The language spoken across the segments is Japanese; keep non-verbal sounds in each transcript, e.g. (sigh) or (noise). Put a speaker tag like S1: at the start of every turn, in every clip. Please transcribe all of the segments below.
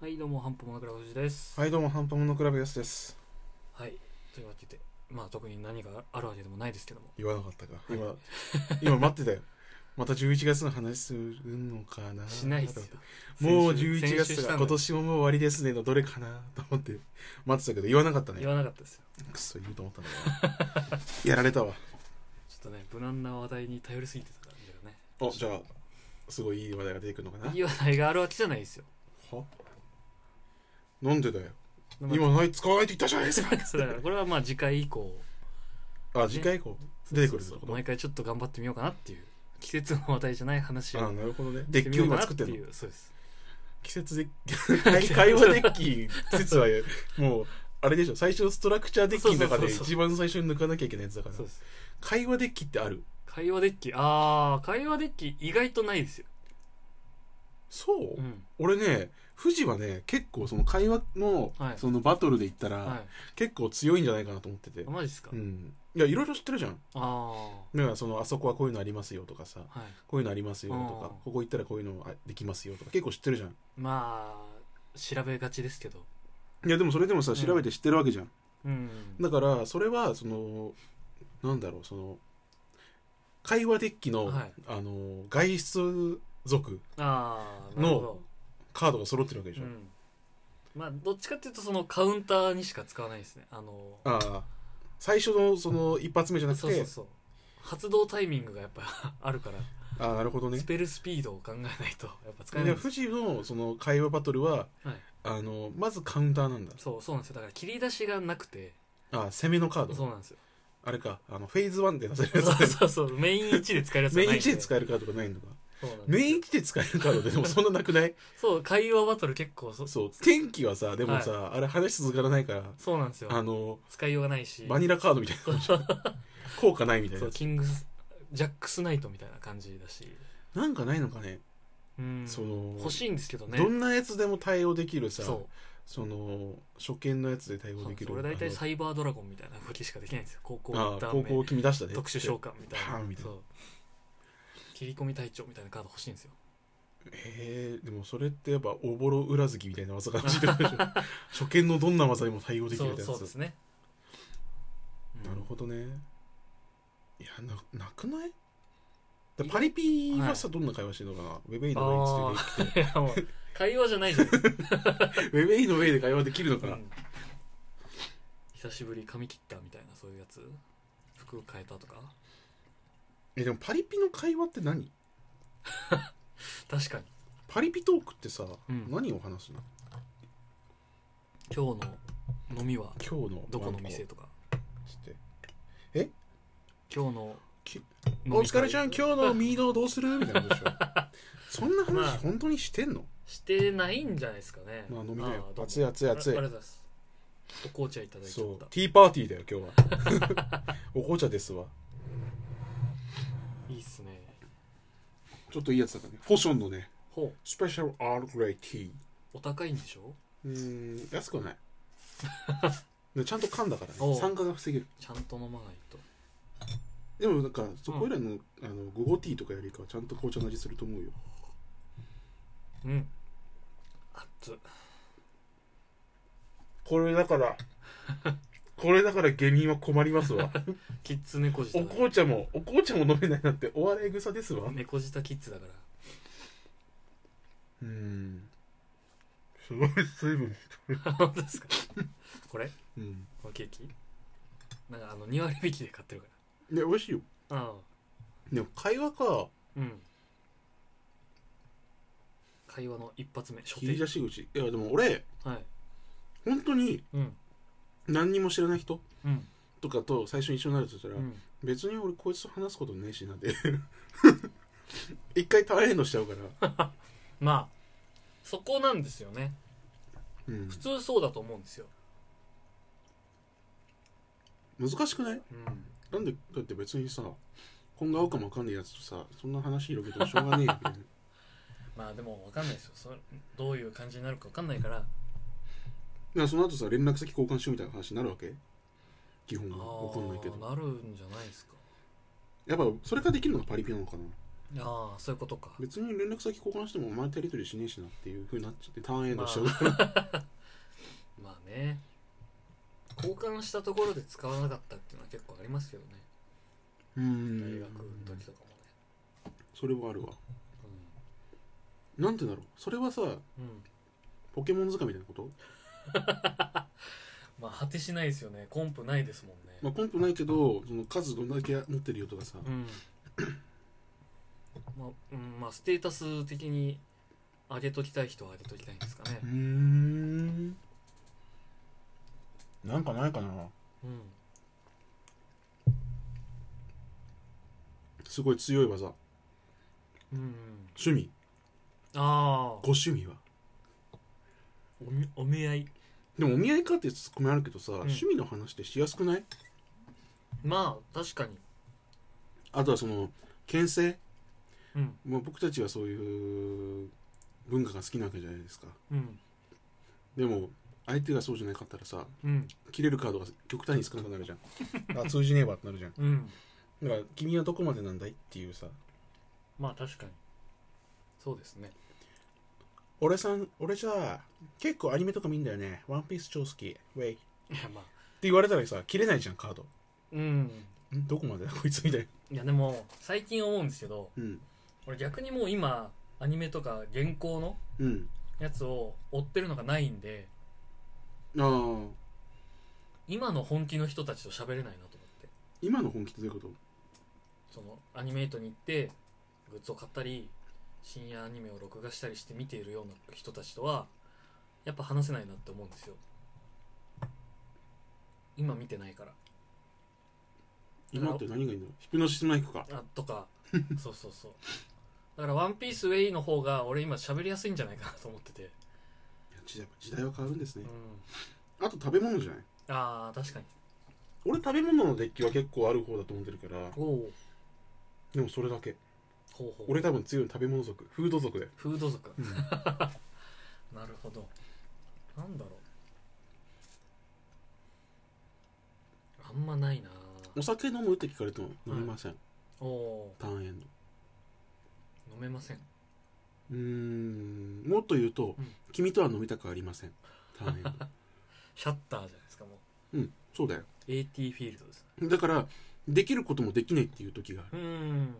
S1: はい、どうも、ハンポモノクラブ藤です。
S2: はいどうもハンパモノクラブやすです
S1: はい。というわけで、まあ、特に何があるわけでもないですけども。
S2: 言わなかったか
S1: い
S2: 今今待ってたよまた11月の話するのかな
S1: しないですよ。
S2: もう
S1: 先週
S2: 11
S1: 先週
S2: 月
S1: した
S2: が
S1: の
S2: 今年ももう終わりですねのどれかなと思って待ってたけど言わなかった
S1: 言
S2: ね
S1: わなかったですよ。
S2: くそ言うと思ったんだけどやら
S1: (laughs)
S2: れた
S1: ち
S2: わ
S1: ょっとね、無難な話題に頼りすぎてたからだよ
S2: おじゃあすごいいい話題が出てくるのかな
S1: ね。いい話題があるわけじゃないですよ。
S2: はなんでだよ
S1: まあ
S2: 今ない使わないって言ったじゃないですか
S1: (laughs) そうだから、これはまあ、次回以降、
S2: あ次回以降出てくるって
S1: そうそ
S2: こ
S1: う
S2: と
S1: 毎回ちょっと頑張ってみようかなっていう、季節の話題じゃない話
S2: あ
S1: を。
S2: なるほどね
S1: で
S2: デ
S1: き
S2: ッ
S1: み
S2: キ
S1: よ
S2: を
S1: うか
S2: 今
S1: なっ
S2: 作っててるの
S1: いう、そうです。
S2: 季節デッキ (laughs) 会話デッキ季節はもうあれでしょ最初ストラクチャーデッキの中で
S1: そうそうそうそう
S2: 一番最初に抜かなきゃいけないやつだから
S1: そうです。
S2: 会話デッキってある
S1: 会話デッキ、あー、会話デッキ意外とないですよ。
S2: そう、
S1: うん。
S2: 俺ね富士はね結構その会話の,、
S1: はい
S2: そのバトルで言ったら、
S1: はい。
S2: 結構強いんじゃないかなと思ってて
S1: あマジですか、
S2: うんいやいろいろ知ってるじゃん
S1: あー。
S2: だからそのあそこはこういうのありますよとかさ
S1: はい。
S2: こういうのありますよとか
S1: うん
S2: ここ行ったらこういうのあできますよとか結構知ってるじゃん
S1: まあ調べがちですけど
S2: いやでもそれでも
S1: う
S2: さ
S1: ん
S2: 調べて知ってるわけじゃん、
S1: うん
S2: だからそれはそのなんだろうその会話デッキの,、
S1: はい
S2: あの外出族
S1: ああなるほど、
S2: カードが揃ってるわけでし
S1: う
S2: ょ、
S1: ん、まあどっちかっていうとそのカウンターにしか使わないですねあの
S2: ああ最初のその一発目じゃなくて、
S1: そうそうそう発動タイミングがやっぱ (laughs) あるから、
S2: ああなるほどね
S1: スペルスピードを考えないとやっぱ使えないん
S2: で
S1: です
S2: 富士のその会話バトルは、
S1: はい
S2: あのまずカウンターなんだ
S1: そうそうなんですよだから切り出しがなくて
S2: ああ攻めのカード
S1: そうなんですよ
S2: あれかあのフェーズ1で出せ
S1: そ
S2: る
S1: う
S2: やつ
S1: そうそうメイン1で使えるやつが
S2: (laughs) メ
S1: ない
S2: イン
S1: ん
S2: 1で使えるカードがないのか
S1: そうなんですよ
S2: メイン1で使えるカードででもそんななくない
S1: そう会話バトル結構そ
S2: そう天気はさでもさ、あれ話続からないから
S1: そうなんですよ
S2: あの
S1: 使いようがないし
S2: バニラカードみたいな
S1: (laughs)
S2: 効果ないみたい
S1: そ
S2: な
S1: うキングスジャックスナイトみたいな感じだし、
S2: なんかないのかね、
S1: うん、
S2: その
S1: 欲しいんですけどね
S2: どんなやつでも対応できるさ
S1: そ
S2: その初見のやつで対
S1: う
S2: 応
S1: そう
S2: できる
S1: 俺大体
S2: あの
S1: サイバードラゴンみたいな武器しかできないんですよ高校
S2: ああ
S1: ダ
S2: 高
S1: ン
S2: 校を君出したね
S1: 特殊召喚みたい
S2: パ
S1: な
S2: ーンみたいな
S1: そう切り込み隊長みたいなカード欲しいんですよ
S2: へえでもそれってやっぱおぼろ裏月みたいな技が走ってるで
S1: (laughs)
S2: しょ初見のどんな技にも対応でき
S1: そ
S2: るみ
S1: う
S2: たいな
S1: そ
S2: や
S1: う
S2: つ
S1: ですね
S2: なるほどねいやななくないだパリピはさ、どんな会話してるのかなウェベイのウェイっつって
S1: (laughs) どいやもう会話じゃないじゃ
S2: (laughs)
S1: ないですか、
S2: ウェベイのウェイで会話できるのか
S1: う
S2: な、
S1: ん久しぶり髪切ったみたいなそういうやつ服変えたとか
S2: えでもパリピの会話って何
S1: 確かに
S2: パリピトークってさ、
S1: うん
S2: 何を話すの
S1: 今日の飲みは
S2: 今日の
S1: どこの
S2: ワンコ
S1: 店とか
S2: つって
S1: 今日の
S2: き
S1: 飲み
S2: お疲れちゃん
S1: 会
S2: 今日のミードどうするみたいなことでしょ (laughs) そんな話、
S1: まあ
S2: 本当にしてんの
S1: してないんじゃないですかね
S2: まあ飲みたいよ
S1: ああどうも
S2: 熱い熱い熱い
S1: あありがとうございますお紅茶いただいちゃ
S2: そ
S1: っ
S2: う
S1: た
S2: ティーパーティーだよ今日は (laughs) お紅茶ですわ
S1: いいっすね
S2: ちょっといいやつだからねフォションのね
S1: ほ
S2: スペシャルアールグレイティー
S1: うお高いんでしょ
S2: うーん安くはないでちゃんと噛んだから
S1: おう
S2: ね酸化が防げる
S1: ちゃんと飲まないと
S2: でもなんかそこらの,、あの午後ティーとかよりかはちゃんと紅茶の味すると思うよ
S1: うん熱っ
S2: これだからこれだから下民は困りますわ
S1: キッズ猫舌
S2: お
S1: だ
S2: 紅茶もお紅茶も飲めないなんてお笑い草ですわ
S1: 猫舌キッズだから (laughs)
S2: うーんすごい水分
S1: あ本当ですかこれ
S2: うん
S1: このケーキなんかあの2割引きで買ってるか
S2: いや美味しいよ
S1: らああ
S2: でも会話か
S1: うん会話の一発目初
S2: 切り
S1: 手
S2: 出し口いやでも俺
S1: はい
S2: 本当に
S1: うん
S2: 何にも知らない人
S1: うん
S2: とかと最初に一緒になるとしたら、
S1: うん
S2: 別に俺こいつと話すことねえしなって (laughs) 一回ターンエンドしちゃうから、
S1: まあそこなんですよね
S2: うん
S1: 普通そうだと思うんですよ、
S2: 難しくな
S1: う
S2: い
S1: ん、
S2: なんでだって別にさ今後会うかもわかんねえやつとさそんな話広げてもしょうがねえよみたいな
S1: まあでも分かんないですよそれどういう感じになるか分かんないから
S2: いやその後さ連絡先交換しようみたいな話になるわけ基本
S1: あ
S2: は
S1: あ
S2: わかんないけど
S1: なるんじゃないですか
S2: やっぱそれができるのがパリピなのかな
S1: ああそういうことか
S2: 別に連絡先交換してもお前とやり取りしねえしなっていうふうになっちゃってターンエンドしちゃう、
S1: まあね交換したところで使わなかったっていうのは結構ありますよね
S2: う
S1: 大
S2: ん
S1: 学の時とかもね
S2: それはあるわなんて言うんだろうそれはさ
S1: うん、うん、
S2: ポケモン図鑑みたいなこと、
S1: まあ果てしないですよねコンプないですもんね、
S2: まあ、コンプないけどその数どんだけ持ってるよとかさ、
S1: うんまあ、うん、まあステータス的に上げときたい人は上げときたいんですかね
S2: うーんなんかないかな
S1: うん
S2: すごい強い技
S1: うんうん
S2: 趣味
S1: ああ
S2: ご趣味は
S1: おみお見合い
S2: でもお見合いかってツッコミあるけどさ、
S1: ん
S2: 趣味の話ってしやすくない
S1: まあ確かに
S2: あとはその牽制、
S1: うん
S2: まあ、僕たちはそういう文化が好きなわけじゃないですか
S1: うん
S2: でも相手がそうじゃなかったらさ
S1: うん
S2: 切れるカードが極端に少なくなるじゃん (laughs) あ通じねえわってなるじゃん
S1: うん
S2: だから君はどこまでなんだいっていうさ
S1: まあ確かにそうですね
S2: 俺さん俺さ結構アニメとか見んだよねワンピース超好きウェイって
S1: いやまあ
S2: 言われたらさ切れないじゃんカード
S1: うん
S2: んどこまでだこいつみたいない
S1: やでも最近思うんですけど
S2: うん
S1: 俺逆にもう今アニメとか原稿の
S2: うん
S1: やつを追ってるのがないんで
S2: ああ
S1: 今の本気の人たちと喋れないなと思って
S2: 今の本気ってどういうこと
S1: そのアニメイトに行ってグッズを買ったり深夜アニメを録画したりして見ているような人たちとはやっぱ話せないなって思うんですよ今見てないから
S2: 今って何がいいんだろうヒプノシスマイクか
S1: あとかそうそうそうだから「ワンピースウェイの方が俺今喋りやすいんじゃないかなと思ってて、
S2: いや時代時代は変わるんです
S1: う
S2: ね
S1: ん、
S2: あと食べ物じゃない
S1: ああ確かに
S2: 俺食べ物のデッキは結構ある方だと思ってるから
S1: おお
S2: でもそれだけ
S1: ほうほう
S2: 俺多分強いの食べ物族フード族で
S1: フード族 (laughs)
S2: うん
S1: なるほどなんだろうあんまないな
S2: お酒飲むって聞かれても飲みません、
S1: おお
S2: ターンエンド
S1: ー飲めません
S2: うーんもっと言うと、
S1: うん
S2: 君とは飲みたくありませんターンエン
S1: (laughs)
S2: ド
S1: シャッターじゃないですかも
S2: うんそうだよ
S1: う AT フィールドですね
S2: だからできることもできないっていう時がある
S1: うーん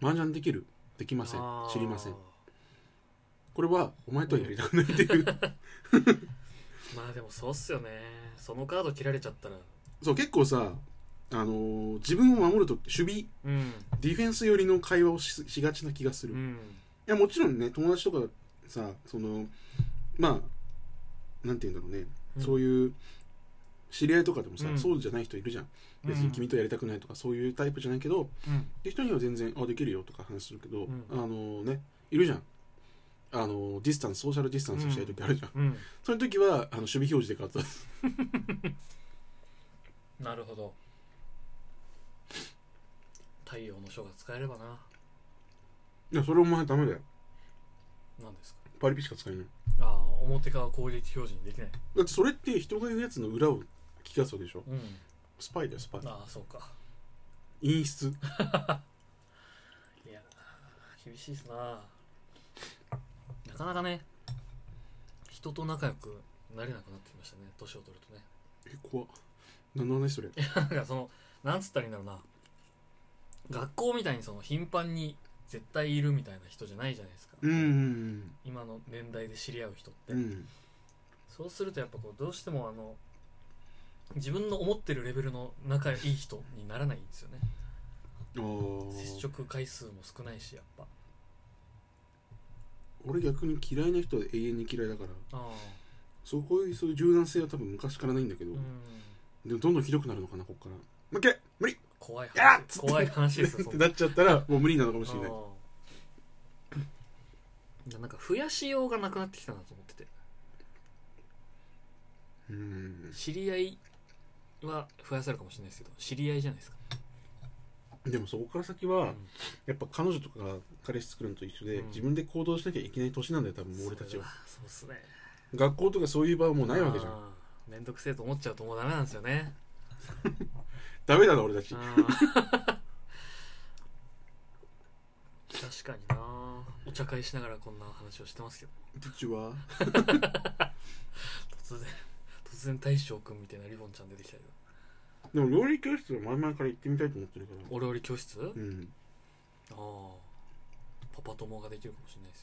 S2: 麻雀できるできません
S1: あー
S2: 知りませんこれはお前とはやりたくないっていう
S1: (laughs) まあでもそうっすよねそのカード切られちゃったら
S2: そう結構さあのー自分を守ると守備
S1: うん
S2: ディフェンス寄りの会話をししがちな気がす
S1: う
S2: る、い
S1: ん
S2: やもちろんね友達とかさそのまあなんて言うんだろうね、
S1: うん
S2: そういう知り合いとかでもさ、
S1: うん
S2: そうじゃない人いるじゃん別に君とやりたくないとかそういうタイプじゃないけど、
S1: うん
S2: で人には全然あできるよとか話するけど、
S1: うん
S2: あのねいるじゃんあのディスタンスソーシャルディスタンスしたい時あるじゃん、
S1: うん
S2: その時はあの守備表示で変わった
S1: なるほど太陽の書が使えればない
S2: やそれお前ダメだよ
S1: 何ですか
S2: パリピしか使えない
S1: ああ表側攻撃表示にできない
S2: だってそれって人が言うやつの裏を聞き出すわけでしょ
S1: うん
S2: スパイだよスパイ
S1: ああそうか
S2: 陰湿
S1: いや厳しいっすななかなかね人と仲良くなれなくなってきましたね年を取るとね (laughs)
S2: え怖っ何の話それ
S1: なんかそのなんつったらいいんだろうな学校みたいにその頻繁に絶対いるみたいな人じゃないじゃないですか、
S2: うんうん
S1: 今の年代で知り合う人って、
S2: うん
S1: そうするとやっぱこうどうしてもあの自分の思ってるレベルの仲いい人にならないんですよね
S2: あー
S1: 接触回数も少ないしやっぱ
S2: 俺逆に嫌いな人は永遠に嫌いだから
S1: ああ
S2: そこいうそういう柔軟性は多分昔からないんだけど、
S1: うん
S2: でもどんどんひどくなるのかなこっから負け無理
S1: 怖い
S2: やっ
S1: 話
S2: つって
S1: 怖い話ですよ
S2: っ
S1: そ
S2: て
S1: んな
S2: なっちゃったらもう無理なのかもしれない
S1: うんなんか増やしようがなくなってきたなと思ってて
S2: うん
S1: 知り合いは増やせるかもしれないですけど知り合いじゃないですか、
S2: でもそこから先
S1: う
S2: は
S1: ん
S2: やっぱ彼女とかが彼氏作るのと一緒で、
S1: うん
S2: 自分で行動しなきゃいけない年なんだよ多分俺たちは
S1: それそうっすね
S2: 学校とかそういう場はもうないわけじゃん
S1: あーめんどくせえと思っちゃうともうダメなんですよ
S2: (laughs)
S1: ね
S2: ダメだな俺たち
S1: うん確かになお茶会しながらこんな話をしてますけど
S2: プチは
S1: 突然突然大将くんみたいなリボンちゃん出てきたけど
S2: でも料理教室は前々から行ってみたいと思ってるか
S1: お料理教室、
S2: らうん
S1: ああパパ友ができるかもしれないです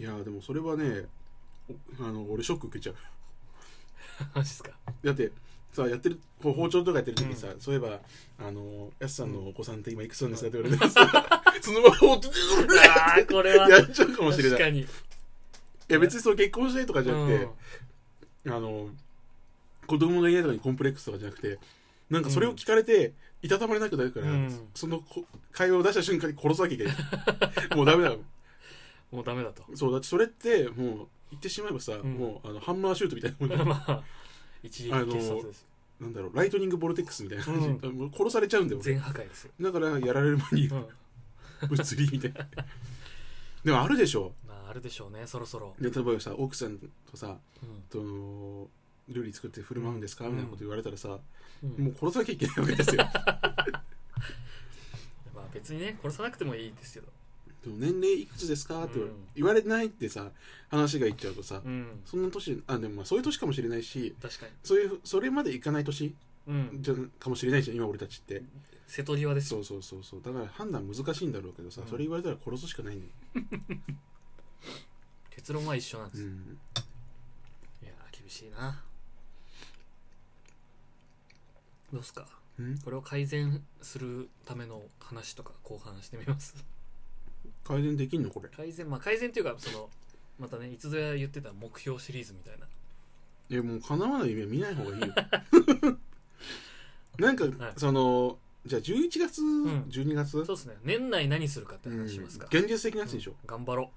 S1: よ
S2: いやーでもそれはねおあの俺ショック受けちゃう
S1: マジっす (laughs) か
S2: だってさやってるこう包丁とかやってる時にさ、そういえばあのやすさんのお子さんって今いくつなんですかって言われてさ、そのまま放って
S1: ああこれは
S2: (laughs) やっちゃうかもしれ
S1: 確
S2: ないい
S1: かに
S2: や別にそう結婚したいとかじゃなくて、
S1: うん
S2: あの、子供がいないとかにコンプレックスとかじゃなくて、なんかそれを聞かれて、いたたまれなくなるから、
S1: うん
S2: そのこ会話を出した瞬間に殺すわけいけない。
S1: (laughs)
S2: もうダメだよ。
S1: もうダメだと (laughs)
S2: そう、だってそれって、もう、言ってしまえばさ、
S1: ん
S2: もう、あの、ハンマーシュートみたいなもんじゃん
S1: まあ一撃必殺ですよ
S2: なんだろう、ライトニングボルテックスみたいな感じ。
S1: う
S2: もう殺されちゃうんだよ。
S1: 全破壊ですよ、
S2: だから、やられる前に
S1: う、ん
S2: (laughs) 物理みたいな。でもあるでしょ。
S1: まああるでしょうねそろそろ、
S2: で例えばさ、奥さんとさ、
S1: うん
S2: と料理作って振る舞うんですかみたいなこと言われたらさ、
S1: うん
S2: もう殺さなきゃいけないわ
S1: (laughs)
S2: けですよ。
S1: まあ別にね殺さなくてもいいですけど
S2: でも年齢いくつですかって言われ
S1: うん
S2: 言われてないってさ話がいっちゃうとさ、
S1: うん
S2: その年あでもまあそういう年かもしれないし
S1: 確かに
S2: そういうそれまでいかない年
S1: うん
S2: じゃかもしれないじゃん今俺たちって
S1: 瀬戸際ですよ
S2: そうそうそうそうだから判断難しいんだろうけどさ、
S1: うん
S2: それ言われたら殺すしかないんだよ、
S1: 結論は一緒なんで
S2: う
S1: す、
S2: ん、
S1: いやー厳しいなどうっすか
S2: うん
S1: これを改善するための話とか後半してみます
S2: 改善できんのこれ
S1: 改善まあ改善っていうかそのまたねいつぞや言ってた目標シリーズみたいな
S2: えもう叶わない夢見ない方がいい
S1: (laughs)
S2: よなんか、
S1: はい
S2: そのじゃあ11月、
S1: ん
S2: 12月、
S1: そうですね年内何するかって
S2: うん
S1: 話しますか、
S2: 現実的なやつでしょ、
S1: 頑張ろう